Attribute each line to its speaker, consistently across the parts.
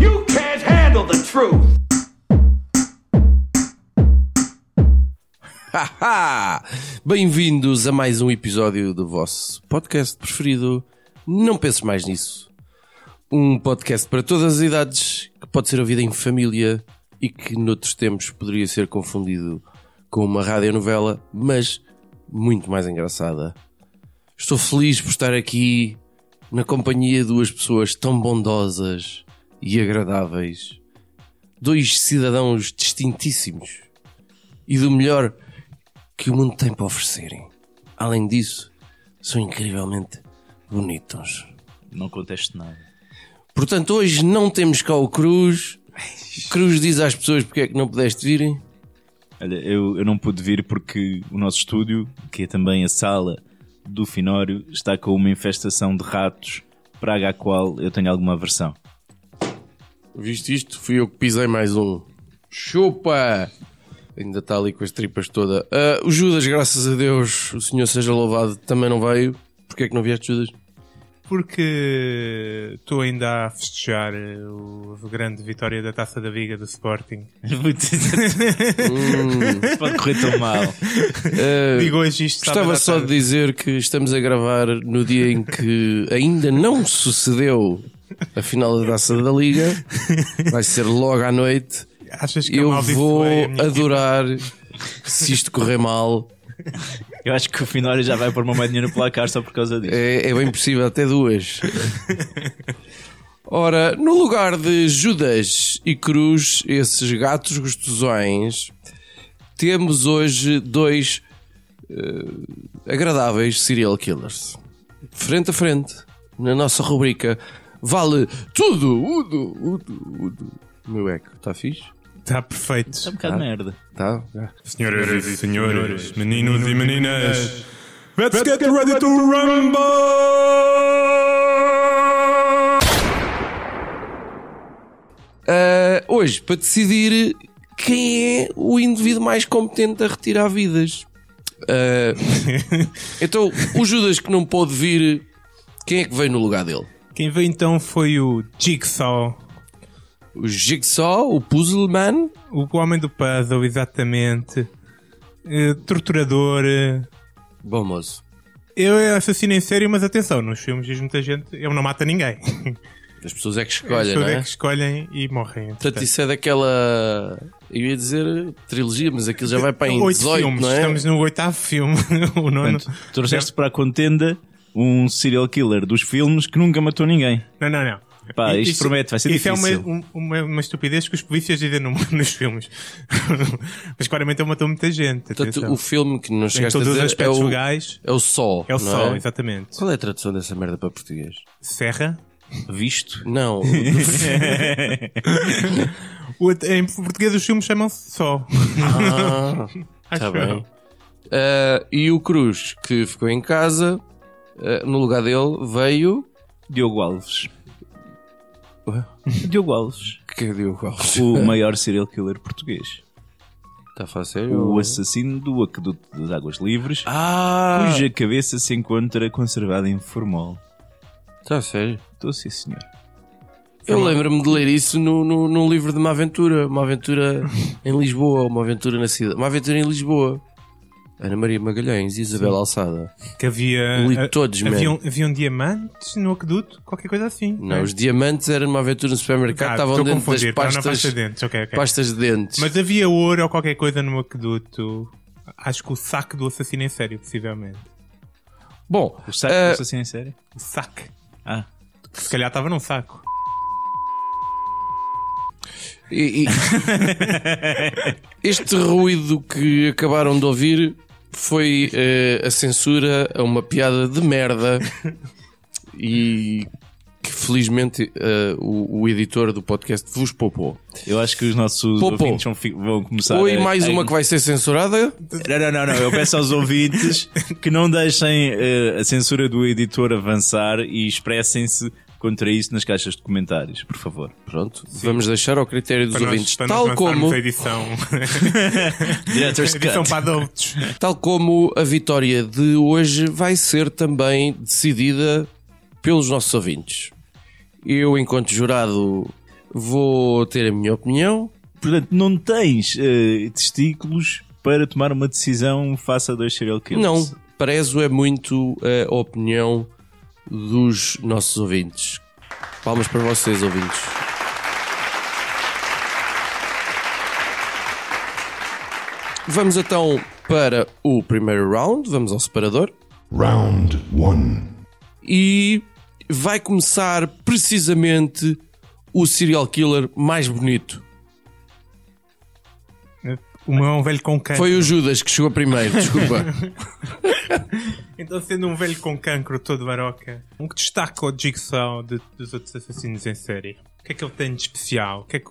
Speaker 1: You can't handle the truth.
Speaker 2: Haha! Bem-vindos a mais um episódio do vosso podcast preferido. Não penses mais nisso. Um podcast para todas as idades que pode ser ouvido em família e que noutros tempos poderia ser confundido com uma radionovela, mas muito mais engraçada. Estou feliz por estar aqui na companhia de duas pessoas tão bondosas e agradáveis. Dois cidadãos distintíssimos e do melhor que o mundo tem para oferecerem. Além disso, são incrivelmente bonitos.
Speaker 3: Não contesto nada.
Speaker 2: Portanto, hoje não temos cá o Cruz. Cruz diz às pessoas porque é que não pudeste vir.
Speaker 3: Olha, eu, eu não pude vir porque o nosso estúdio, que é também a sala do Finório, está com uma infestação de ratos, praga à qual eu tenho alguma aversão.
Speaker 2: Viste isto? Fui eu que pisei mais um. Chupa! Ainda está ali com as tripas toda. Ah, o Judas, graças a Deus, o Senhor seja louvado, também não veio. Porquê é que não vieste, Judas?
Speaker 4: Porque estou ainda a festejar eh, o- a grande vitória da Taça da Viga do Sporting.
Speaker 3: Pode correr tão mal.
Speaker 2: Ah,
Speaker 4: Digo hoje isto sábado
Speaker 2: Gostava
Speaker 4: à
Speaker 2: só de
Speaker 4: tarde.
Speaker 2: dizer que estamos a gravar no dia em que ainda não sucedeu a final da taça da Liga. Vai ser logo à noite.
Speaker 4: Achas que é eu
Speaker 2: Eu vou
Speaker 4: amaldiçoei a minha
Speaker 2: adorar se isto correr mal.
Speaker 3: Eu acho que o Finório já vai pôr uma moedinha no placar só por causa disso.
Speaker 2: É, é bem possível, até duas. Ora, no lugar de Judas e Cruz, esses gatos gostosões, temos hoje dois eh, agradáveis serial killers. Frente a frente, na nossa rubrica Vale Tudo! Udo, Udo, Udo. Meu eco, está fixe?
Speaker 4: Está Tá perfeito.
Speaker 3: Está um bocado de merda.
Speaker 2: Tá? Já.
Speaker 4: Senhoras e senhores, meninos e meninas, let's get ready to rumble!
Speaker 2: Ah, hoje, para decidir quem é o indivíduo mais competente a retirar vidas. Ah, então, o Judas que não pôde vir, quem é que veio no lugar dele?
Speaker 4: Quem veio então foi o Jigsaw,
Speaker 2: O Jigsaw, o Puzzle Man,
Speaker 4: o homem do puzzle, exatamente. Eh, Torturador. eh,
Speaker 2: bom moço.
Speaker 4: Eu é assassino em série, mas atenção, nos filmes diz muita gente, ele não mata ninguém.
Speaker 2: As pessoas é que
Speaker 4: As
Speaker 2: escolhem,
Speaker 4: pessoas
Speaker 2: não
Speaker 4: é
Speaker 2: é?
Speaker 4: que escolhem e morrem.
Speaker 2: Portanto, isso é daquela. Eu ia dizer trilogia, mas aquilo já vai para em
Speaker 4: Oito
Speaker 2: 18,
Speaker 4: filmes,
Speaker 2: não é?
Speaker 4: estamos no oitavo filme, o nono.
Speaker 3: Portanto, trouxeste para a contenda um serial killer dos filmes que nunca matou ninguém.
Speaker 4: Não, não, não.
Speaker 3: Pá,
Speaker 4: I-
Speaker 3: isto promete, vai ser
Speaker 4: isso é
Speaker 3: difícil.
Speaker 4: uma, um- uma, uma estupidez que os polícias dizem no- nos filmes. Mas claramente ele matou muita gente.
Speaker 2: Portanto,
Speaker 4: atenção.
Speaker 2: o filme que não
Speaker 4: em
Speaker 2: chegaste a
Speaker 4: todos os
Speaker 2: dizer é
Speaker 4: aspectos
Speaker 2: o,
Speaker 4: legais,
Speaker 2: é o Sol.
Speaker 4: é o
Speaker 2: não
Speaker 4: sol,
Speaker 2: é?
Speaker 4: exatamente.
Speaker 2: Qual é a tradução dessa merda para português?
Speaker 4: Serra.
Speaker 3: Visto?
Speaker 2: Não,
Speaker 4: O- em português os filmes chamam-se sol. Acho
Speaker 2: Tá
Speaker 4: eu.
Speaker 2: bem. Ah, e o Cruz, que ficou em casa, ah, no lugar dele veio.
Speaker 3: Diogo Alves.
Speaker 2: Ué?
Speaker 3: Diogo Alves.
Speaker 2: Que é Diogo Alves?
Speaker 3: O maior serial killer português.
Speaker 2: Está a falar sério?
Speaker 3: O assassino do aqueduto das Águas Livres,
Speaker 2: Ah!
Speaker 3: cuja cabeça se encontra conservada em formol.
Speaker 2: Está tá a sério?
Speaker 3: Estou sim, senhor.
Speaker 2: Eu lembro-me de ler isso no, no, num livro de uma aventura. Uma aventura em Lisboa, uma aventura na cidade. Uma aventura em Lisboa. Ana Maria Magalhães e Isabel Alçada.
Speaker 4: Que havia. um,
Speaker 2: Li
Speaker 4: a-
Speaker 2: todos, man.
Speaker 4: haviam, haviam diamantes no aqueduto, qualquer coisa assim.
Speaker 2: Não, os diamantes eram numa aventura no supermercado,
Speaker 4: Ah,
Speaker 2: estavam
Speaker 4: estou a
Speaker 2: dentro das
Speaker 4: confundir. Não, não,
Speaker 2: pastas,
Speaker 4: pasta de dentes, ok, ok.
Speaker 2: pastas de dentes.
Speaker 4: Mas havia ouro ou qualquer coisa no aqueduto. Acho que o saco do assassino em sério, possivelmente.
Speaker 2: Bom,
Speaker 3: O saco
Speaker 2: ah,
Speaker 3: do assassino em série?
Speaker 4: O saco.
Speaker 3: Ah,
Speaker 4: Que se calhar estava num saco.
Speaker 2: E- e- este ruído que acabaram de ouvir foi eh, a censura a uma piada de merda e que felizmente eh, o, o editor do podcast vos poupou.
Speaker 3: eu acho que os nossos
Speaker 2: Pô, pô.
Speaker 3: ouvintes vão, fi- vão começar
Speaker 2: Oi,
Speaker 3: a-
Speaker 2: mais
Speaker 3: a-
Speaker 2: uma que vai ser censurada.
Speaker 3: Não, não, não, não, eu peço aos ouvintes que não deixem eh, a censura do editor avançar e expressem-se contra isso nas caixas de comentários, por favor.
Speaker 2: Pronto, vamos deixar ao critério dos
Speaker 4: Para nós,
Speaker 2: ouvintes.
Speaker 4: para nós
Speaker 2: Tal
Speaker 4: lançarmos
Speaker 2: como,
Speaker 4: a edição, a
Speaker 3: Director's
Speaker 4: edição para adultos.
Speaker 2: tal como a vitória de hoje vai ser também decidida pelos nossos ouvintes. Eu, enquanto jurado, vou ter a minha opinião.
Speaker 3: Portanto, não tens eh, testículos para tomar uma decisão face a dois serial killers.
Speaker 2: Não, prezo é muito a opinião dos nossos ouvintes. Palmas para vocês, ouvintes. Vamos então para o primeiro round, vamos ao separador.
Speaker 5: Round one.
Speaker 2: E vai começar precisamente o serial killer mais bonito.
Speaker 4: O meu é um velho com cancro.
Speaker 2: Foi o Judas que chegou primeiro, desculpa.
Speaker 4: Então, sendo um velho com cancro todo baroca, o que destaca o Jigsaw de- dos outros assassinos em série? O que é que ele tem de especial? O que, é que,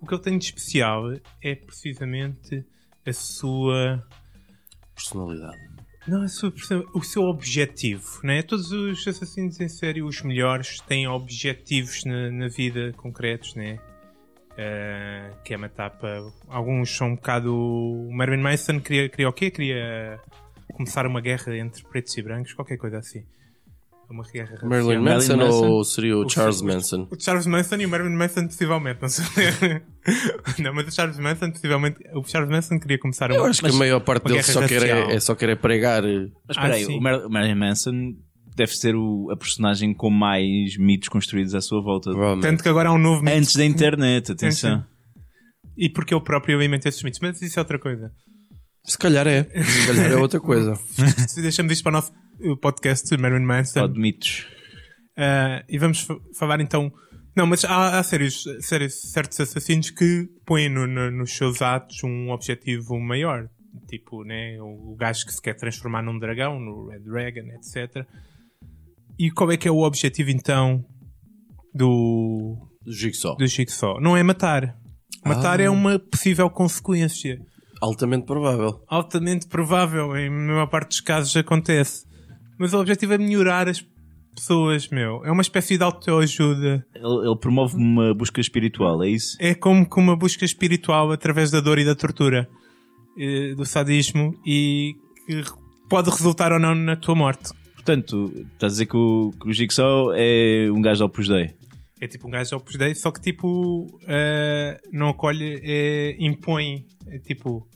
Speaker 4: o que ele tem de especial é precisamente a sua.
Speaker 2: Personalidade.
Speaker 4: Não, a sua, perce- o seu objetivo, né? Todos os assassinos em série, os melhores, têm objetivos na, na vida concretos, né? Ah, que é matar para. Alguns são um bocado. O Mervyn Mason queria, queria o quê? Queria começar uma guerra entre pretos e brancos, qualquer coisa assim. Uma guerra racial.
Speaker 2: Marilyn Manson,
Speaker 3: Marilyn Manson?
Speaker 2: ou seria o Charles Manson?
Speaker 4: O Charles Manson e o Mervyn Manson, possivelmente, não sei. não, mas o Charles Manson, possivelmente. O Charles Manson queria começar uma.
Speaker 2: Eu acho que a maior parte
Speaker 4: uma
Speaker 2: deles
Speaker 4: guerra
Speaker 2: só quer,
Speaker 4: racial.
Speaker 2: é, é só quer é pregar. eh,
Speaker 3: Mas espera
Speaker 4: Ah,
Speaker 3: aí,
Speaker 4: sim.
Speaker 3: o Mar- o Marilyn Manson deve ser o- a personagem com mais mitos construídos à sua volta.
Speaker 2: Provavelmente.
Speaker 4: Tanto que agora há um novo mito
Speaker 3: Antes da internet, atenção.
Speaker 4: Sim, E porque eu próprio alimento esses mitos. Mas isso é outra coisa.
Speaker 2: Se calhar é. Se calhar é outra coisa.
Speaker 4: Se Deixamos isto para o nosso eh, podcast de Marilyn Manson.
Speaker 3: Só de mitos.
Speaker 4: Ah, e vamos fa- falar então. Não, mas há, há sérios, sérios- certos assassinos que põem no- no- nos seus atos um objetivo maior. Tipo, né? O, o gajo que se quer transformar num dragão, no Red Dragon, etc. E qual é que é o objetivo então do,
Speaker 2: Do Jigsaw.
Speaker 4: do Chico Só? Não é matar. Matar é uma possível consequência.
Speaker 2: Altamente provável.
Speaker 4: altamente provável, em maior parte dos casos acontece. Mas o objetivo é melhorar as pessoas, meu. É uma espécie de autoajuda.
Speaker 3: Ele, ele promove uma busca espiritual, é isso?
Speaker 4: É como que uma busca espiritual através da dor e da tortura, eh, do sadismo, e que re- pode resultar ou não na tua morte.
Speaker 3: Portanto, estás a dizer que o, que o Jigsaw é um gajo de Opus Dei.
Speaker 4: É tipo um gajo Opus Dei, só que tipo eh, não acolhe, eh, impõe, É tipo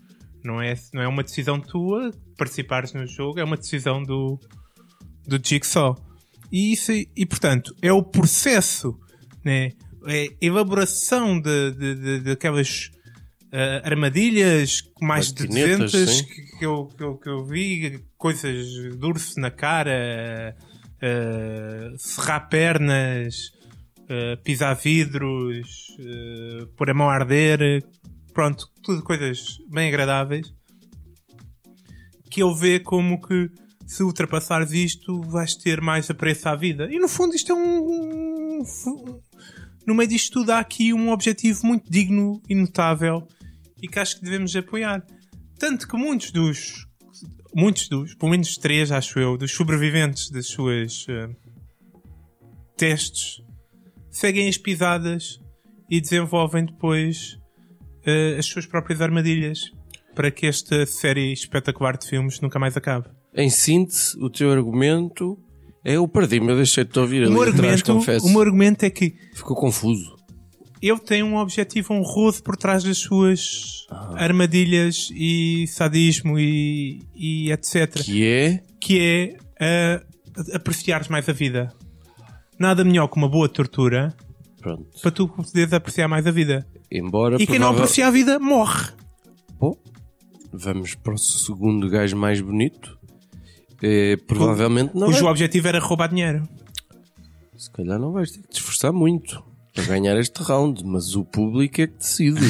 Speaker 4: não é, não é uma decisão tua participares no jogo, é uma decisão do do Jigsaw. E isso e portanto é o processo, né? É a elaboração de, de, de- daquelas eh, armadilhas com mais de
Speaker 2: Maquinetas,
Speaker 4: 200
Speaker 2: sim.
Speaker 4: que, que eu, que, eu, que eu vi, coisas durce na cara, eh, serrar pernas, eh, pisar vidros, eh, pôr a mão a arder, eh, pronto, tudo coisas bem agradáveis que ele vê como que se ultrapassares isto vais ter mais apreço à vida. E no fundo isto é um. um- fu- No meio disto tudo há aqui um objetivo muito digno e notável e que acho que devemos apoiar. Tanto que muitos dos. Muitos dos, pelo menos três, acho eu, dos sobreviventes das suas eh, testes seguem as pisadas e desenvolvem depois eh, as suas próprias armadilhas para que esta série espetacular de filmes nunca mais acabe.
Speaker 2: Em síntese, o teu argumento é eu perdi-me, eu deixei-te de ouvir
Speaker 4: O
Speaker 2: ali
Speaker 4: meu,
Speaker 2: atrás,
Speaker 4: argumento,
Speaker 2: confesso.
Speaker 4: o meu argumento é que
Speaker 2: Ficou confuso.
Speaker 4: ele tem um objetivo honroso por trás das suas
Speaker 2: Ah.
Speaker 4: armadilhas e sadismo e, e etc. Que,
Speaker 2: Que é.
Speaker 4: é ah, apreciares mais a vida. Nada melhor que uma boa tortura
Speaker 2: Pronto.
Speaker 4: para tu poderes apreciar mais a vida.
Speaker 2: Embora.
Speaker 4: E quem não
Speaker 2: provável-
Speaker 4: aprecia a vida morre.
Speaker 2: Bom, vamos para o segundo gajo mais bonito. É, provavelmente não.
Speaker 4: Cujo
Speaker 2: é.
Speaker 4: objetivo era roubar dinheiro.
Speaker 2: Se calhar não vais ter que te esforçar muito para ganhar este round, mas o público é que decide.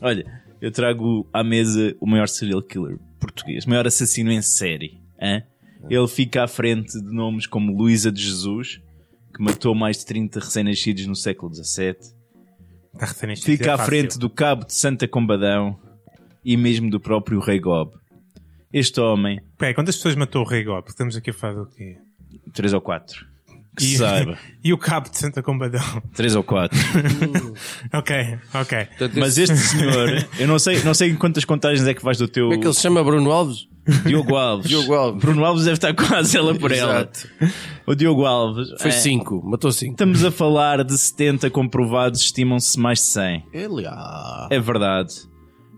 Speaker 3: Olha, eu trago à mesa o maior serial killer português, o maior assassino em série. hã? Ele fica à frente de nomes como Luísa de Jesus, que matou mais de 30 recém-nascidos no século XVII.
Speaker 4: Está recém este
Speaker 3: Fica
Speaker 4: é
Speaker 3: à
Speaker 4: fácil.
Speaker 3: frente do cabo de Santa Combadão e mesmo do próprio Rei Gob. Este homem,
Speaker 4: Peraí, quantas pessoas matou o Rei Gob? Estamos aqui a falar do quê?
Speaker 3: três ou quatro, Que se saiba.
Speaker 4: e o cabo de Santa Combadão.
Speaker 3: Três ou quatro.
Speaker 4: ok, ok.
Speaker 2: Portanto,
Speaker 3: Mas
Speaker 2: esse-
Speaker 3: este senhor, eu não sei, não sei em quantas contagens é que vais do teu
Speaker 2: Como é que ele se chama? Bruno Alves?
Speaker 3: Diogo Alves.
Speaker 2: Diogo Alves.
Speaker 3: Bruno Alves deve estar quase ela por ela.
Speaker 2: Exato.
Speaker 3: O Diogo Alves.
Speaker 2: Foi
Speaker 3: é,
Speaker 2: cinco, matou cinco.
Speaker 3: Estamos a falar de 70 comprovados, estimam-se mais de 100.
Speaker 2: Ele, ah.
Speaker 3: É verdade.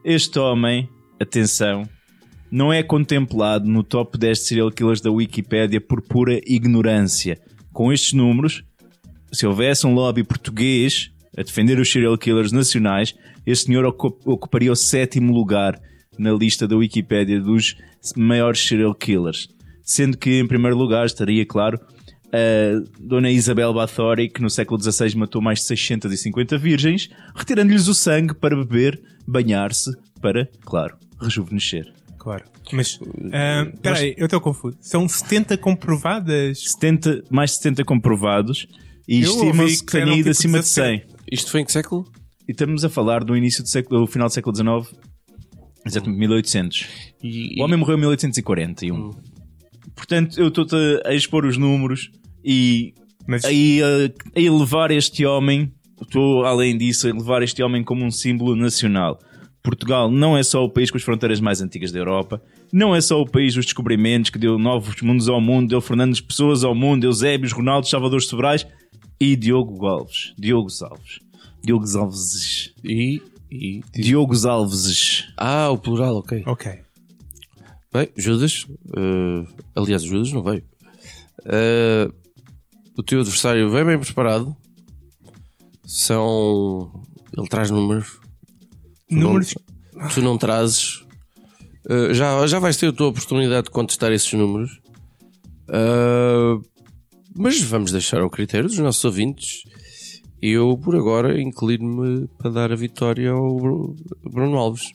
Speaker 3: Este homem, atenção, não é contemplado no top 10 de serial killers da Wikipédia por pura ignorância. Com estes números, se houvesse um lobby português a defender os serial killers nacionais, este senhor ocu- ocuparia o sétimo lugar na lista da Wikipédia dos maiores serial killers. Sendo que, em primeiro lugar, estaria, claro, a Dona Isabel Bathory, que no século XVI matou mais de 650 virgens, retirando-lhes o sangue para beber, banhar-se, para, claro, rejuvenescer.
Speaker 4: Claro. Mas, ah, espera aí, eu estou confuso. São 70 comprovadas.
Speaker 3: 70, mais de 70 comprovados e
Speaker 4: Eu ouvi
Speaker 3: estima-se que
Speaker 4: que eram
Speaker 3: tenha ido
Speaker 4: tipo
Speaker 3: acima de
Speaker 4: 17.
Speaker 3: 100.
Speaker 2: Isto foi em que século?
Speaker 3: E estamos a falar do início do século, do final do século XIX, exatamente 1800.
Speaker 2: Hum. E, Hum.
Speaker 3: O homem morreu em 1841. Portanto, eu estou-te a expor os números e
Speaker 4: Mas
Speaker 3: aí a, a elevar este homem, estou além disso, a elevar este homem como um símbolo nacional. Portugal não é só o país com as fronteiras mais antigas da Europa, não é só o país dos descobrimentos que deu novos mundos ao mundo, deu Fernandes Pessoas ao mundo, Eusébios, Ronaldo, Salvador Sobrais e Diogo Alves. Diogo Alves. Diogo Alves.
Speaker 2: e, e-
Speaker 3: Diogo Alves.
Speaker 2: Ah, o plural, ok.
Speaker 4: Ok.
Speaker 2: Bem, Judas, eh, aliás, Judas não veio. Eh, o teu adversário vem bem preparado. São. Ele traz números. Tu não-
Speaker 4: Números.
Speaker 2: tu não trazes. Eh, já, já vais ter a tua oportunidade de contestar esses números. Eh, mas vamos deixar ao critério dos nossos ouvintes. Eu, por agora, inclino-me para dar a vitória ao Bru- Bruno Alves.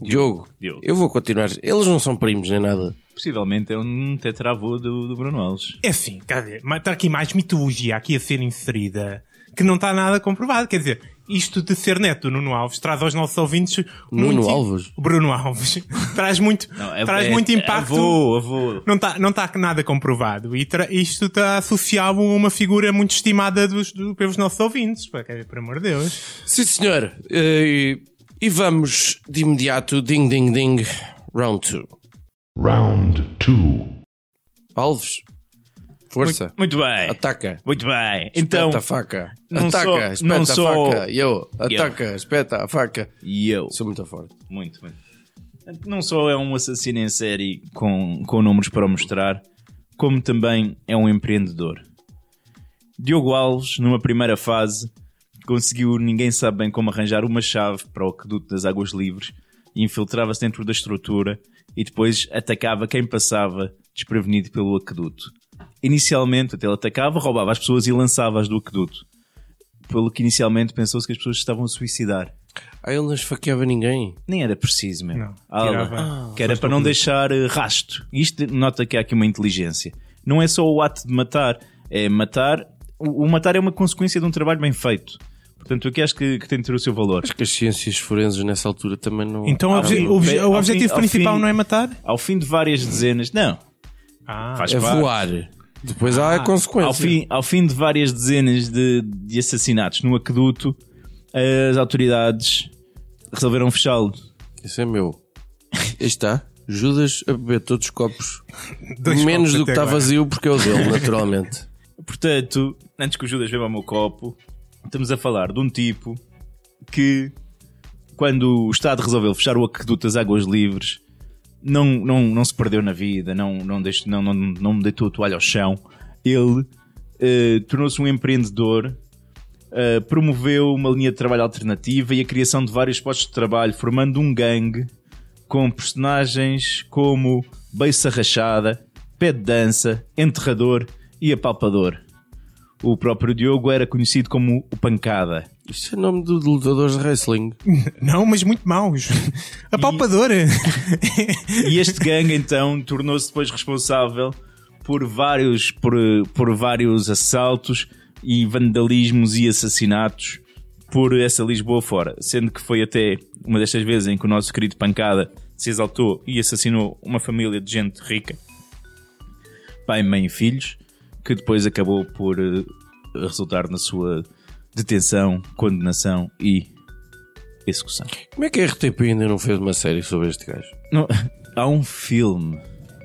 Speaker 2: Diogo,
Speaker 3: Diogo.
Speaker 2: eu vou continuar. Eles não são primos nem nada.
Speaker 3: Possivelmente é um tetravô do, do Bruno Alves.
Speaker 4: É assim, quer dizer, mas está aqui mais mitologia aqui a ser inserida que não está nada comprovado. Quer dizer, isto de ser neto do Nuno Alves traz aos nossos ouvintes
Speaker 2: Nuno
Speaker 4: muito.
Speaker 2: Alves?
Speaker 4: Bruno Alves. traz muito, traz muito impacto.
Speaker 3: é- Avô, avô.
Speaker 4: Não está não tá nada comprovado. E tra- isto está associado a uma figura muito estimada dos, do- pelos nossos ouvintes. pá, quer dizer, Por amor de Deus.
Speaker 2: Sim, senhor. Eh, e vamos de imediato, ding, ding, ding, round 2.
Speaker 5: Round 2.
Speaker 2: Alves, força,
Speaker 3: Muito bem.
Speaker 2: ataca.
Speaker 3: Muito bem. Então,
Speaker 2: espeta a faca.
Speaker 3: não
Speaker 2: Ataca,
Speaker 3: sou-
Speaker 2: espeta
Speaker 3: não
Speaker 2: a
Speaker 3: sou-
Speaker 2: faca. Eu, ataca, espeta a faca.
Speaker 3: e eu.
Speaker 2: Sou muito forte.
Speaker 3: Muito, muito. Não só é um assassino em série com, com números para mostrar, como também é um empreendedor. Diogo Alves, numa primeira fase, conseguiu, ninguém sabe bem como, arranjar uma chave para o aqueduto das águas livres e infiltrava-se dentro da estrutura e depois atacava quem passava desprevenido pelo aqueduto. Inicialmente, até ele atacava, roubava as pessoas e lançava-as do aqueduto. Pelo que inicialmente pensou-se que as pessoas se estavam a suicidar.
Speaker 2: Ah, ele não esfaqueava ninguém.
Speaker 3: Nem era preciso mesmo.
Speaker 4: Não,
Speaker 3: Ah, lá.
Speaker 4: tirava.
Speaker 3: que era para não deixar eh, rasto. Isto nota que há aqui uma inteligência. Não é só o ato de matar, é matar. O, o matar é uma consequência de um trabalho bem feito. Portanto, aqui acho que, que tem de ter o seu valor.
Speaker 2: Acho que as ciências forenses nessa altura também não.
Speaker 4: Então o,
Speaker 3: Ao
Speaker 4: obje-
Speaker 3: fim-
Speaker 4: o obje-
Speaker 3: ao
Speaker 4: o objetivo
Speaker 3: fim- ao
Speaker 4: principal
Speaker 3: fim-
Speaker 4: não é matar?
Speaker 3: Ao fim de várias dezenas. Não,
Speaker 4: Ah,
Speaker 3: Hum. faz
Speaker 2: é
Speaker 3: parte.
Speaker 2: voar. Depois há a consequência.
Speaker 3: Ao fim, ao fim de várias dezenas de, de assassinatos no aqueduto, as autoridades resolveram fechá-lo.
Speaker 2: Isso é meu. Aí está. Judas a beber todos os copos.
Speaker 4: dois
Speaker 2: menos
Speaker 4: copos
Speaker 2: do que
Speaker 4: até
Speaker 2: está
Speaker 4: agora.
Speaker 2: vazio, porque é o dele, naturalmente.
Speaker 3: Portanto, antes que o Judas beba o meu copo, estamos a falar de um tipo que, quando o Estado resolveu fechar o aqueduto das águas livres, não, não, não se perdeu na vida, não, não, deixou, não, não, não deitou a toalha ao chão. Ele eh, tornou-se um empreendedor, eh, promoveu uma linha de trabalho alternativa e a criação de vários postos de trabalho, formando um gangue com personagens como Beiça Rachada, Pé de Dança, Enterrador e Apalpador. O próprio Diogo era conhecido como o Pancada.
Speaker 2: Isto é nome do de lutadores de wrestling.
Speaker 4: Não, mas muito maus. A palpadora.
Speaker 3: E este gangue então tornou-se depois responsável por vários, por, por vários assaltos e vandalismos e assassinatos por essa Lisboa fora, sendo que foi até uma destas vezes em que o nosso querido Pancada se exaltou e assassinou uma família de gente rica, pai, mãe e filhos, que depois acabou por eh, resultar na sua detenção, condenação e execução.
Speaker 2: Como é que a RTP ainda não fez uma série sobre este gajo?
Speaker 3: Não, há um filme,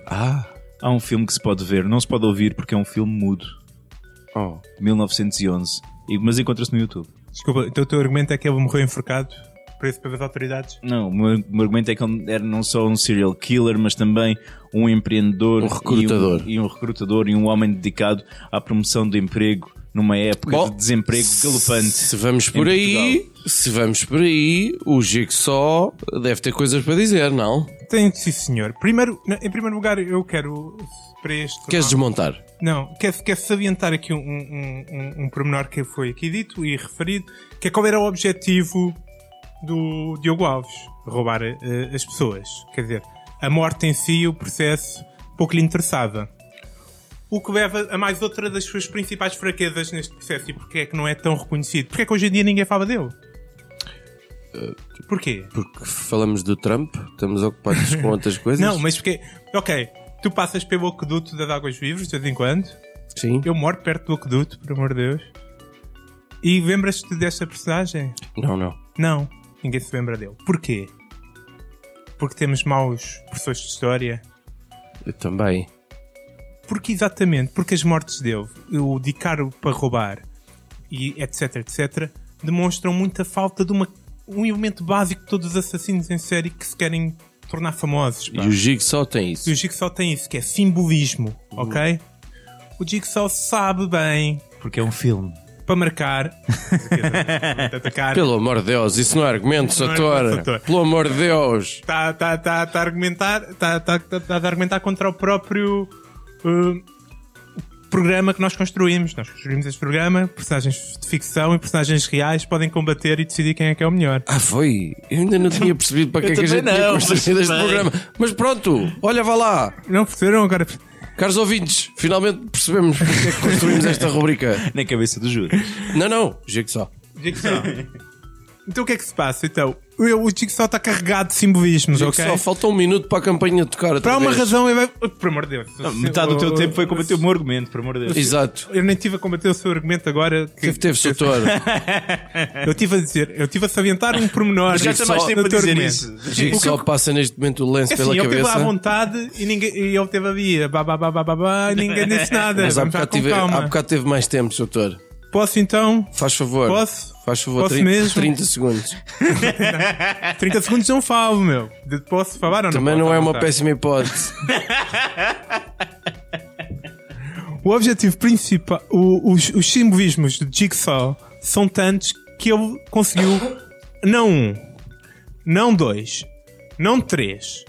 Speaker 2: Ah,
Speaker 3: há um filme que se pode ver, não se pode ouvir porque é um filme mudo,
Speaker 2: oh.
Speaker 3: de 1911, e- mas encontra-se no YouTube.
Speaker 4: Desculpa, então o teu argumento é que ele morreu enforcado, preso pelas autoridades.
Speaker 3: Não, o meu, o meu argumento é que ele era não só um serial killer, mas também um empreendedor
Speaker 2: Um recrutador.
Speaker 3: e um, e um recrutador e um homem dedicado à promoção do emprego numa época
Speaker 2: Bom,
Speaker 3: de desemprego galopante.
Speaker 2: Se vamos
Speaker 3: em
Speaker 2: por aí,
Speaker 3: Portugal.
Speaker 2: se vamos por aí, o Jigsaw deve ter coisas para dizer, não?
Speaker 4: Tem, sim, senhor. Primeiro, na- em primeiro lugar, eu quero para este.
Speaker 2: Queres desmontar?
Speaker 4: Não, quero, quero salientar aqui um, um, um, um pormenor que foi aqui dito e referido, que é qual era o objetivo do Diogo Alves, roubar eh, as pessoas. Quer dizer, a morte em si, o processo, pouco lhe interessava. O que leva a mais outra das suas principais fraquezas neste processo e porque é que não é tão reconhecido. Porque é que hoje em dia ninguém fala dele? Porquê?
Speaker 2: Porque falamos do Trump, estamos ocupados com outras coisas.
Speaker 4: Não, mas porque... Ok, tu passas pelo aqueduto das águas vivas de vez em quando...
Speaker 2: Sim.
Speaker 4: Eu moro perto do aqueduto, por amor de Deus. E lembras-te desta personagem?
Speaker 2: Não, não.
Speaker 4: Não, ninguém se lembra dele. Porquê? Porque temos maus professores de história?
Speaker 2: Eu também.
Speaker 4: Porque exatamente, porque as mortes dele, o Dicaro para roubar e etc, etc, demonstram muita falta de uma, um elemento básico de todos os assassinos em série que se querem tornar famosos. pá.
Speaker 3: Tá.
Speaker 2: E o Jigsaw tem
Speaker 4: E
Speaker 2: isso.
Speaker 4: o Jigsaw tem isso, que é simbolismo, ok? O Jigsaw sabe bem
Speaker 3: Porque é um filme.
Speaker 4: para marcar. Portanto, atacar.
Speaker 2: Pelo amor de Deus, isso não é argumento,
Speaker 4: Não é argumento,
Speaker 2: Sator.
Speaker 4: Sator.
Speaker 2: Pelo amor de Deus.
Speaker 4: Está tá, tá, tá a argumentar, tá, tá, tá, tá a argumentar contra o próprio hum, programa que nós construímos. Nós construímos este programa, personagens de ficção e personagens reais podem combater e decidir quem é que é o melhor.
Speaker 2: Ah, foi? Eu ainda não tinha percebido para que é que a gente
Speaker 3: também
Speaker 2: tinha
Speaker 3: não,
Speaker 2: construído
Speaker 3: mas
Speaker 2: este
Speaker 3: bem.
Speaker 2: programa. Mas pronto, olha, vá lá.
Speaker 4: Não perceberam agora?
Speaker 2: Caros ouvintes, finalmente percebemos porque é que construímos esta rubrica.
Speaker 3: Na cabeça do júri.
Speaker 2: Não, não, Jigsaw.
Speaker 4: Jigsaw. então o que é que se passa? Então, eu, o Jigsaw está carregado de simbolismos, ok?
Speaker 2: Jigsaw, falta um minuto para a campanha tocar. outra
Speaker 4: Para uma
Speaker 2: vez.
Speaker 4: razão, eu... Oh, por amor de Deus. Oh,
Speaker 3: Metade do teu tempo foi combater o meu argumento, por amor de Deus.
Speaker 2: Exato.
Speaker 4: Eu nem tive a combater o seu argumento agora. que-
Speaker 2: Teve, teve, Sator.
Speaker 4: Eu tive a dizer, eu tive a salientar um pormenor.
Speaker 3: Já está mais
Speaker 4: no
Speaker 3: tempo a
Speaker 4: teu
Speaker 3: dizer
Speaker 4: argumento.
Speaker 3: isso.
Speaker 2: Jigsaw passa neste momento o lance
Speaker 4: É
Speaker 2: pela
Speaker 4: assim, ele teve lá à
Speaker 2: cabeça.
Speaker 4: vontade e, ninguém, e ele teve ali, bah, bah, bah, bah, bah, bah, e ninguém disse nada.
Speaker 2: Mas há
Speaker 4: Vamos lá
Speaker 2: bocado,
Speaker 4: com
Speaker 2: tive, há
Speaker 4: calma.
Speaker 2: bocado teve mais tempo, Sator.
Speaker 4: Posso então?
Speaker 2: Faz favor.
Speaker 4: Posso?
Speaker 2: Faz favor,
Speaker 4: Posso
Speaker 2: 30,
Speaker 4: mesmo?
Speaker 2: 30 segundos.
Speaker 4: 30 segundos não falo, meu. De- Posso falar ou não?
Speaker 2: Também
Speaker 4: posso?
Speaker 2: não é
Speaker 4: À
Speaker 2: uma
Speaker 4: vontade.
Speaker 2: péssima hipótese.
Speaker 4: O objetivo principal, o- os, os simbolismos de Jigsaw são tantos que ele conseguiu não um, não dois, não três,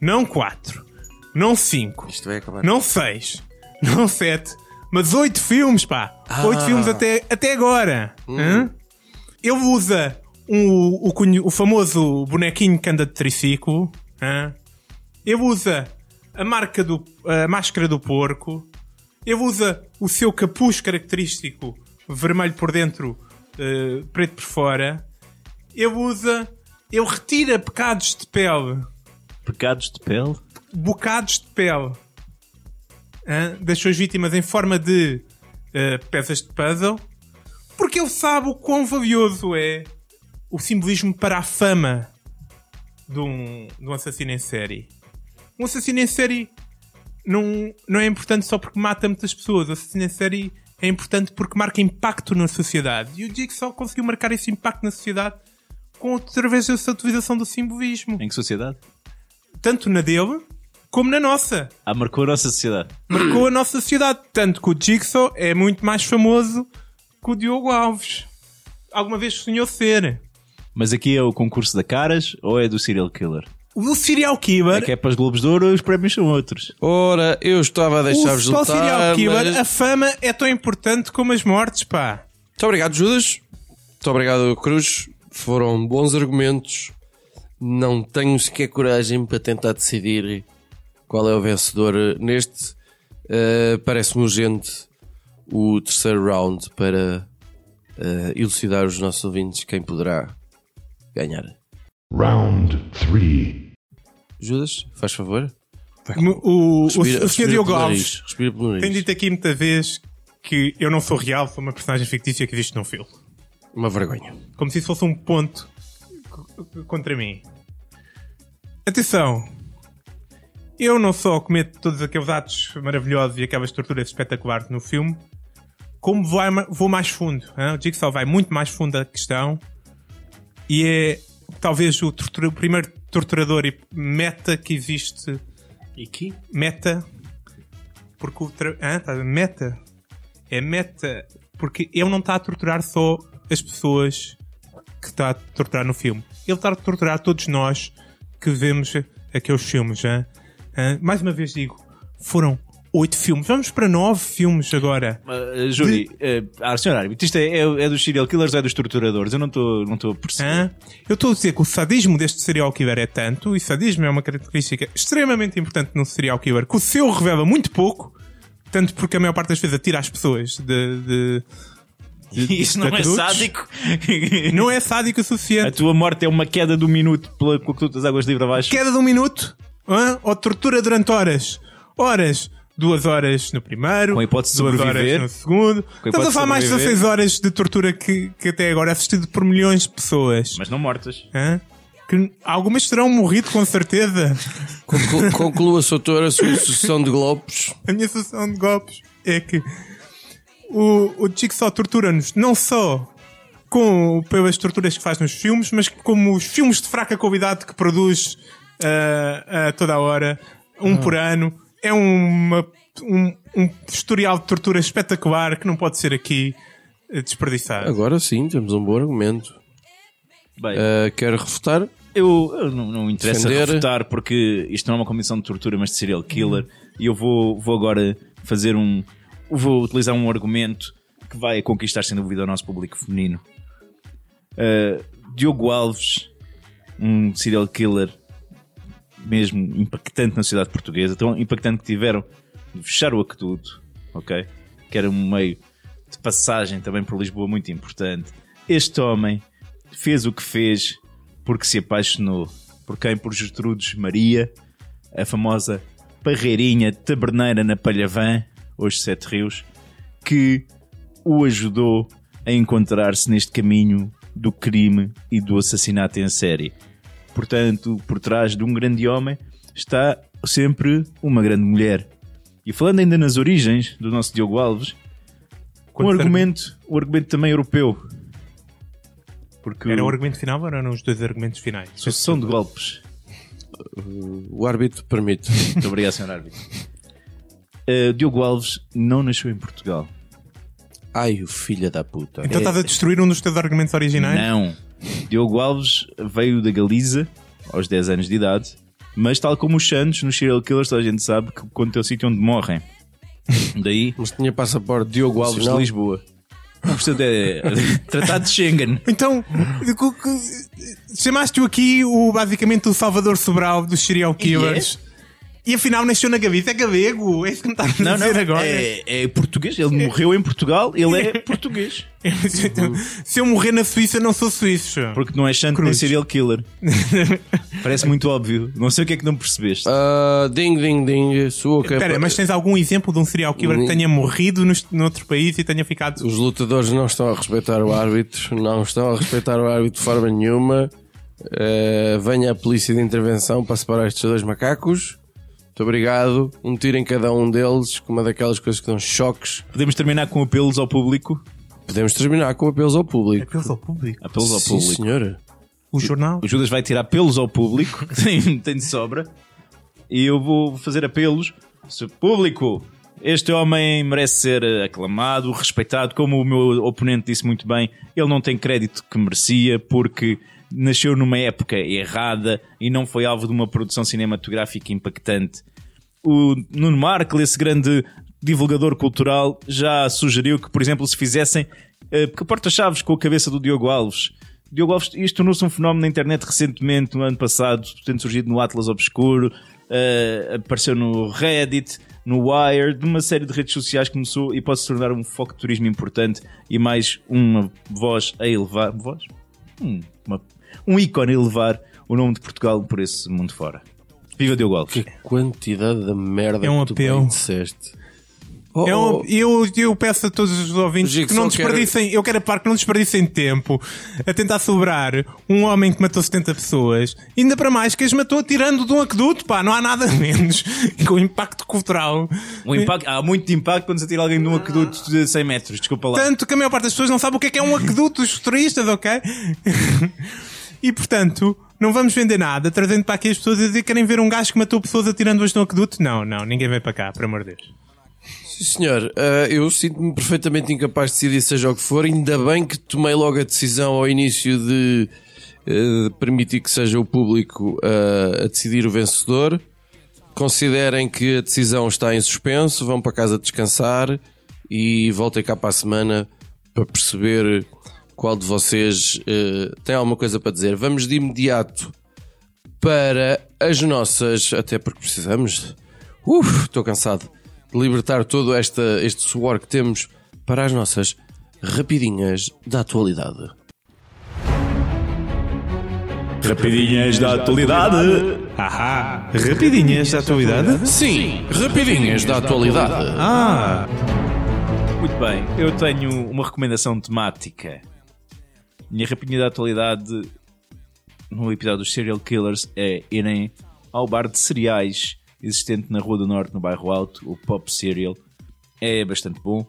Speaker 4: não quatro, não cinco,
Speaker 2: Isto vai acabar.
Speaker 4: Não seis, não sete, mas oito filmes, pá. Oito filmes até, até agora. Hã? Ele usa um- o, conhe- o famoso bonequinho que anda de triciclo. hã? Ele usa a, marca do, a máscara do porco. Ele usa o seu capuz característico, vermelho por dentro, eh, preto por fora. Ele usa... Ele retira pecados de pele
Speaker 3: Pecados de pele?
Speaker 4: bocados de pele hã, das suas vítimas em forma de eh, peças de puzzle, porque ele sabe o quão valioso é o simbolismo para a fama de um, de um assassino em série. Um assassino em série não, não é importante só porque mata muitas pessoas. O assassino em série é importante porque marca impacto na sociedade. E o Jigsaw conseguiu marcar esse impacto na sociedade com, através da sua utilização do simbolismo
Speaker 3: Em que sociedade?
Speaker 4: tanto na dele como na nossa.
Speaker 3: Ah, marcou a nossa sociedade.
Speaker 4: Marcou a nossa sociedade. Tanto que o Jigsaw é muito mais famoso que o Diogo Alves. Alguma vez sonhou ser.
Speaker 3: Mas aqui é o concurso da Caras ou é do serial killer?
Speaker 4: O serial killer.
Speaker 3: É que é para os Globos de Ouro os prémios são outros.
Speaker 2: Ora, eu estava a deixar-vos
Speaker 4: o só serial
Speaker 2: lutar.
Speaker 4: killer,
Speaker 2: mas-
Speaker 4: a fama é tão importante como as mortes, pá.
Speaker 2: Muito obrigado, Judas. Muito obrigado, Cruz. Foram bons argumentos. Não tenho sequer coragem para tentar decidir qual é o vencedor eh, neste. Eh, Parece-me urgente o terceiro round para eh, elucidar os nossos ouvintes quem poderá ganhar.
Speaker 5: Round 3.
Speaker 2: Judas, faz favor. espetáculo.
Speaker 4: O, o,
Speaker 2: Respira-
Speaker 4: o Sr.
Speaker 2: respira
Speaker 4: Diogo
Speaker 2: pelo
Speaker 4: Alves
Speaker 2: nariz, Respira pelo nariz.
Speaker 4: tem dito aqui muita vez que eu não sou real, sou uma personagem fictícia que existe num filme.
Speaker 2: Uma vergonha.
Speaker 4: Como se isso fosse um ponto c- c- contra mim. Atenção! Eu não só cometo todos aqueles atos maravilhosos e aquelas torturas espetaculares no filme, como vou, a- vou mais fundo. hã? O Jigsaw vai muito mais fundo da questão e é talvez o, tortura- o primeiro torturador e meta que existe
Speaker 2: E que?
Speaker 4: meta porque o tra... Hã? Tá- meta é meta porque ele não está a torturar só as pessoas que está a torturar no filme ele está a torturar todos nós que vemos aqueles filmes hã? Hã? mais uma vez digo foram oito filmes vamos para nove filmes agora
Speaker 3: Uh, Júri, uh, ah, senhor árbitro, isto é, é- é dos serial killers ou é dos torturadores? Eu não estou não estou a perceber.
Speaker 4: Hã? Eu estou a dizer que o sadismo deste serial killer é tanto, e sadismo é uma característica extremamente importante no serial killer, que o seu revela muito pouco, tanto porque a maior parte das vezes atira às pessoas de. de-
Speaker 3: Isso não é
Speaker 4: Adultos?
Speaker 3: sádico.
Speaker 4: Não é sádico o
Speaker 3: A
Speaker 4: suficiente.
Speaker 3: tua morte é uma queda do minuto pela com que tu das águas de livre abaixo.
Speaker 4: Queda de um minuto, hã? ou tortura durante horas. Horas. Duas horas no primeiro,
Speaker 3: Com a hipótese de
Speaker 4: duas
Speaker 3: sobreviver.
Speaker 4: horas no segundo. Estamos
Speaker 3: hipótese
Speaker 4: a
Speaker 3: de
Speaker 4: falar mais de
Speaker 3: sobreviver.
Speaker 4: 16 horas de tortura que, que até agora é assistido por milhões de pessoas.
Speaker 3: Mas não mortas.
Speaker 4: Hã? Que algumas terão morrido com certeza.
Speaker 2: Conclu- Conclua-se, doutor, a sua sucessão de globos.
Speaker 4: A minha solução de golpes é que o, o Jigsaw tortura-nos não só com, pelas torturas que faz nos filmes, mas como os filmes de fraca qualidade que produz ah, a toda a hora, um por ano. É uma- um, um historial de tortura espetacular que não pode ser aqui eh, desperdiçado.
Speaker 2: Agora sim, temos um bom argumento.
Speaker 3: Bem,
Speaker 2: Ah, quero refutar.
Speaker 3: eu, eu não, não me interessa
Speaker 2: defender-
Speaker 3: refutar porque isto não é uma comissão de tortura, mas de serial killer. E eu vou, vou agora fazer um. Vou utilizar um argumento que vai conquistar sem dúvida o nosso público feminino. Uh, Diogo Alves, um serial killer mesmo impactante na sociedade portuguesa, tão impactante que tiveram de fechar o aqueduto, ok? Que era um meio de passagem também por Lisboa muito importante. Este homem fez o que fez porque se apaixonou. Por quem? Por Gertrudes Maria, a famosa parreirinha taberneira na Palhavã, hoje Sete Rios, que o ajudou a encontrar-se neste caminho do crime e do assassinato em série. Portanto, por trás de um grande homem está sempre uma grande mulher. E falando ainda nas origens do nosso Diogo Alves, um
Speaker 4: Quanto
Speaker 3: argumento, um argumento também europeu. Porque
Speaker 4: Era o
Speaker 3: a
Speaker 4: argumento final ou eram os dois argumentos finais?
Speaker 3: sucessão de golpes
Speaker 2: O árbitro permite.
Speaker 3: Muito obrigado, Sr. Árbitro. Uh, Diogo Alves não nasceu em Portugal.
Speaker 2: Ai, o filho da puta.
Speaker 4: Então estás a destruir um dos teus argumentos originais?
Speaker 3: Não. Diogo Alves veio da Galiza aos 10 anos de idade, mas tal como os Santos, nos serial killers, toda a gente sabe que quando é o sítio onde morrem. Daí,
Speaker 2: Mas tinha passaporte Diogo
Speaker 3: Diogo Alves de Lisboa. Portanto, é tratado de Schengen.
Speaker 4: Então, cu- cu- chamaste-o aqui o, basicamente o Salvador Sobral dos
Speaker 3: é?
Speaker 4: serial killers. E afinal nasceu na Gavita, é galego, é isso que me está a dizer
Speaker 3: Não, não,
Speaker 4: agora.
Speaker 3: é, é português. Ele morreu em Portugal, ele é português.
Speaker 4: Então, Se eu morrer na Suíça, não sou suíço.
Speaker 3: Porque não é Santo nem
Speaker 4: Cruz.
Speaker 3: serial killer. Parece muito óbvio. Não sei o que é que não percebeste.
Speaker 2: Ah, ding, ding, ding. Sua capa-
Speaker 3: é
Speaker 4: Espera, mas tens algum exemplo de um serial killer
Speaker 3: Uhum.
Speaker 4: que tenha morrido nos, noutro país e tenha ficado.
Speaker 2: Os lutadores não estão a respeitar o árbitro, não estão a respeitar o árbitro de forma nenhuma. Eh, venha a polícia de intervenção para separar estes dois macacos. Muito obrigado. Um tiro em cada um deles, com uma daquelas coisas que dão choques.
Speaker 3: Podemos terminar com apelos ao público?
Speaker 2: Podemos terminar com apelos ao público.
Speaker 4: Apelos ao público.
Speaker 3: Apelos ao
Speaker 2: Sim,
Speaker 3: público.
Speaker 2: senhora.
Speaker 4: O jornal.
Speaker 3: O Judas vai tirar pelos ao público, que tem, tem de sobra, e eu vou fazer apelos. Se público, este homem merece ser eh, aclamado, respeitado, como o meu oponente disse muito bem, ele não tem crédito que merecia, porque nasceu numa época errada e não foi alvo de uma produção cinematográfica impactante. O Nuno Markle, esse grande divulgador cultural, já sugeriu que, por exemplo, se fizessem eh, porta-chaves com a cabeça do Diogo Alves. Diogo Alves, isto tornou-se um fenómeno na internet recentemente, no ano passado, tendo surgido no Atlas Obscuro, eh, apareceu no Reddit, no Wired, numa série de redes sociais que começou e pode se tornar um foco de turismo importante e mais uma voz a elevar. Voz? Hum, uma- um ícone a elevar o nome de Portugal por esse mundo fora. Viva Diogo Alves.
Speaker 2: Que quantidade de merda
Speaker 4: É um
Speaker 2: que tu
Speaker 4: apelo.
Speaker 2: bem disseste. Oh,
Speaker 4: É um-
Speaker 2: oh,
Speaker 4: eu, eu peço a todos os ouvintes
Speaker 2: Digo,
Speaker 4: que não
Speaker 2: só quero-
Speaker 4: desperdicem, eu quero a par que não desperdicem tempo a tentar sobrar um homem que matou 70 pessoas, ainda para mais que as matou tirando de um aqueduto, pá, não há nada menos com impacto cultural.
Speaker 3: O Um impacto- há muito impacto quando se tira alguém de um aqueduto de 100 metros, desculpa lá.
Speaker 4: Tanto que a maior parte das pessoas não sabe o que é que é um aqueduto dos turistas, ok? e portanto, não vamos vender nada trazendo para aqui as pessoas a dizer que querem ver um gajo que matou pessoas atirando-as de um aqueduto. Não, não, ninguém vem para cá, por amor de Deus.
Speaker 2: sim, senhor, ah, eu sinto-me perfeitamente incapaz de decidir seja o que for. Ainda bem que tomei logo a decisão ao início de, ah, de permitir que seja o público ah, a decidir o vencedor. Considerem que a decisão está em suspenso, vão para casa descansar e voltem cá para a semana para perceber qual de vocês ah, tem alguma coisa para dizer. Vamos de imediato para as nossas, até porque precisamos, uf, estou cansado de libertar todo esta, este suor que temos para as nossas rapidinhas da atualidade.
Speaker 3: Rapidinhas da atualidade.
Speaker 4: Ahá, rapidinhas da atualidade.
Speaker 2: Sim, rapidinhas da atualidade.
Speaker 4: Ah,
Speaker 3: Muito bem, eu tenho uma recomendação temática. Minha rapidinha da atualidade no episódio dos Serial Killers é irem ao bar de cereais existente na Rua do Norte, no bairro Alto, o Pop Cereal. É bastante bom.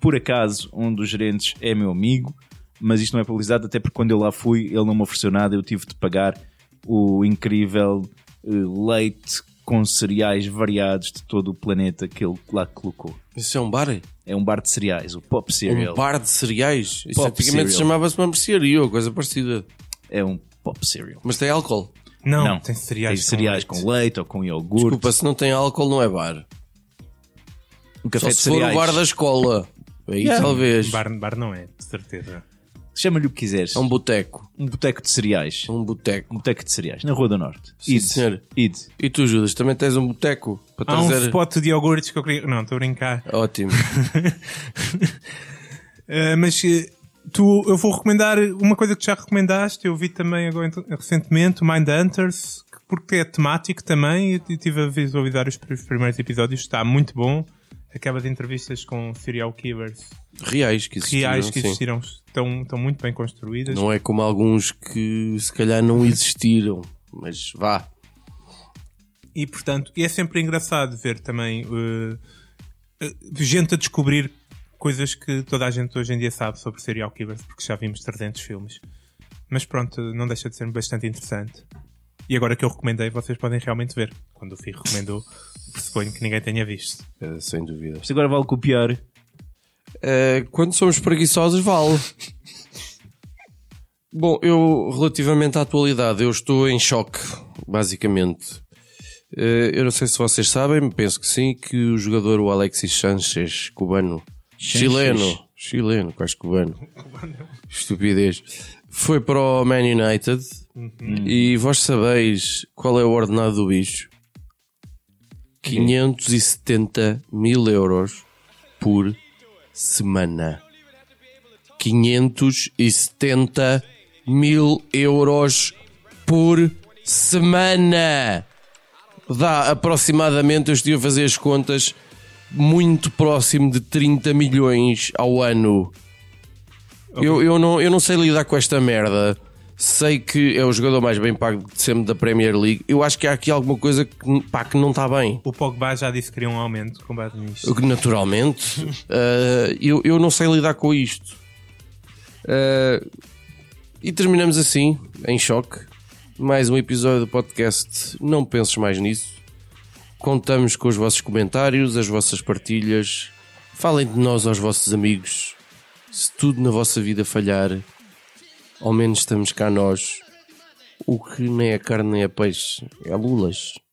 Speaker 3: Por acaso, um dos gerentes é meu amigo, mas isto não é publicidade, até porque quando eu lá fui, ele não me ofereceu nada, eu tive de pagar o incrível eh, leite com cereais variados de todo o planeta que ele lá colocou.
Speaker 2: Isso é um bar?
Speaker 3: É um bar de cereais, o Pop Cereal.
Speaker 2: Um bar de cereais? Isso
Speaker 3: Pop
Speaker 2: antigamente
Speaker 3: cereal.
Speaker 2: chamava-se uma mercearia ou coisa parecida.
Speaker 3: É um Pop Cereal.
Speaker 2: Mas tem álcool.
Speaker 4: não, tem cereais.
Speaker 3: Tem
Speaker 4: com
Speaker 3: cereais com
Speaker 4: leite.
Speaker 3: leite, ou com iogurte.
Speaker 2: Desculpa, se não tem álcool não é bar.
Speaker 3: um
Speaker 2: Só
Speaker 3: café de
Speaker 2: se for o
Speaker 3: cereais.
Speaker 2: bar da escola. Aí talvez.
Speaker 4: Bar, bar não é, de certeza.
Speaker 3: Chama-lhe o que quiseres.
Speaker 2: É um boteco.
Speaker 3: Um boteco de cereais.
Speaker 2: Um boteco.
Speaker 3: Um boteco de cereais, na Rua do Norte.
Speaker 2: Sim,
Speaker 3: Id.
Speaker 2: senhor.
Speaker 3: Id.
Speaker 2: E tu, Judas, também tens um boteco para
Speaker 4: Há um
Speaker 2: trazer...
Speaker 4: spot de iogurtes que eu queria. Não, estou a brincar.
Speaker 2: Ótimo.
Speaker 4: Eh, mas eh, tu, eu vou recomendar uma coisa que já recomendaste. Eu vi também agora ent- recentemente o Mind Hunters, porque é temático também. e Eu estive a visualizar os pr- os primeiros episódios, está muito bom. Aquelas entrevistas com serial killers
Speaker 2: reais que existiram.
Speaker 4: reais que
Speaker 2: sim.
Speaker 4: existiram estão, estão muito bem construídas.
Speaker 2: Não é como alguns que se calhar não existiram, mas vá.
Speaker 4: E portanto, é sempre engraçado ver também eh, eh, gente a descobrir coisas que toda a gente hoje em dia sabe sobre serial killers, porque já vimos 300 filmes. Mas pronto, não deixa de ser bastante interessante. E agora que eu recomendei, vocês podem realmente ver. Quando o Fih recomendou, pressuponho que ninguém tenha visto.
Speaker 2: eh, sem dúvida.
Speaker 3: Isto agora vale copiar.
Speaker 2: Eh, quando somos preguiçosos, vale. Bom, eu, relativamente à atualidade, eu estou em choque, basicamente. Eh, eu não sei se vocês sabem, penso que sim, que o jogador o Alexis Sanchez, cubano, chileno, chileno, quase cubano, estupidez, foi para o Man United e vós sabeis qual é o ordenado do bicho? 570 mil euros por semana. 570 mil euros por semana. Dá aproximadamente, eu estive a fazer as contas, muito próximo de 30 milhões ao ano. Eu, eu, não, eu não sei lidar com esta merda. Sei que é o jogador mais bem pago de sempre da Premier League. Eu acho que há aqui alguma coisa que, pá, que não está bem.
Speaker 4: O Pogba já disse que queria um aumento com base nisto.
Speaker 2: O que, Naturalmente, eh, eu, eu não sei lidar com isto. Eh, e terminamos assim, em choque. Mais um episódio do podcast Não Penses Mais Nisso. Contamos com os vossos comentários, as vossas partilhas. Falem de nós aos vossos amigos. Se tudo na vossa vida falhar, ao menos estamos cá nós. O que nem é carne nem é peixe, é lulas.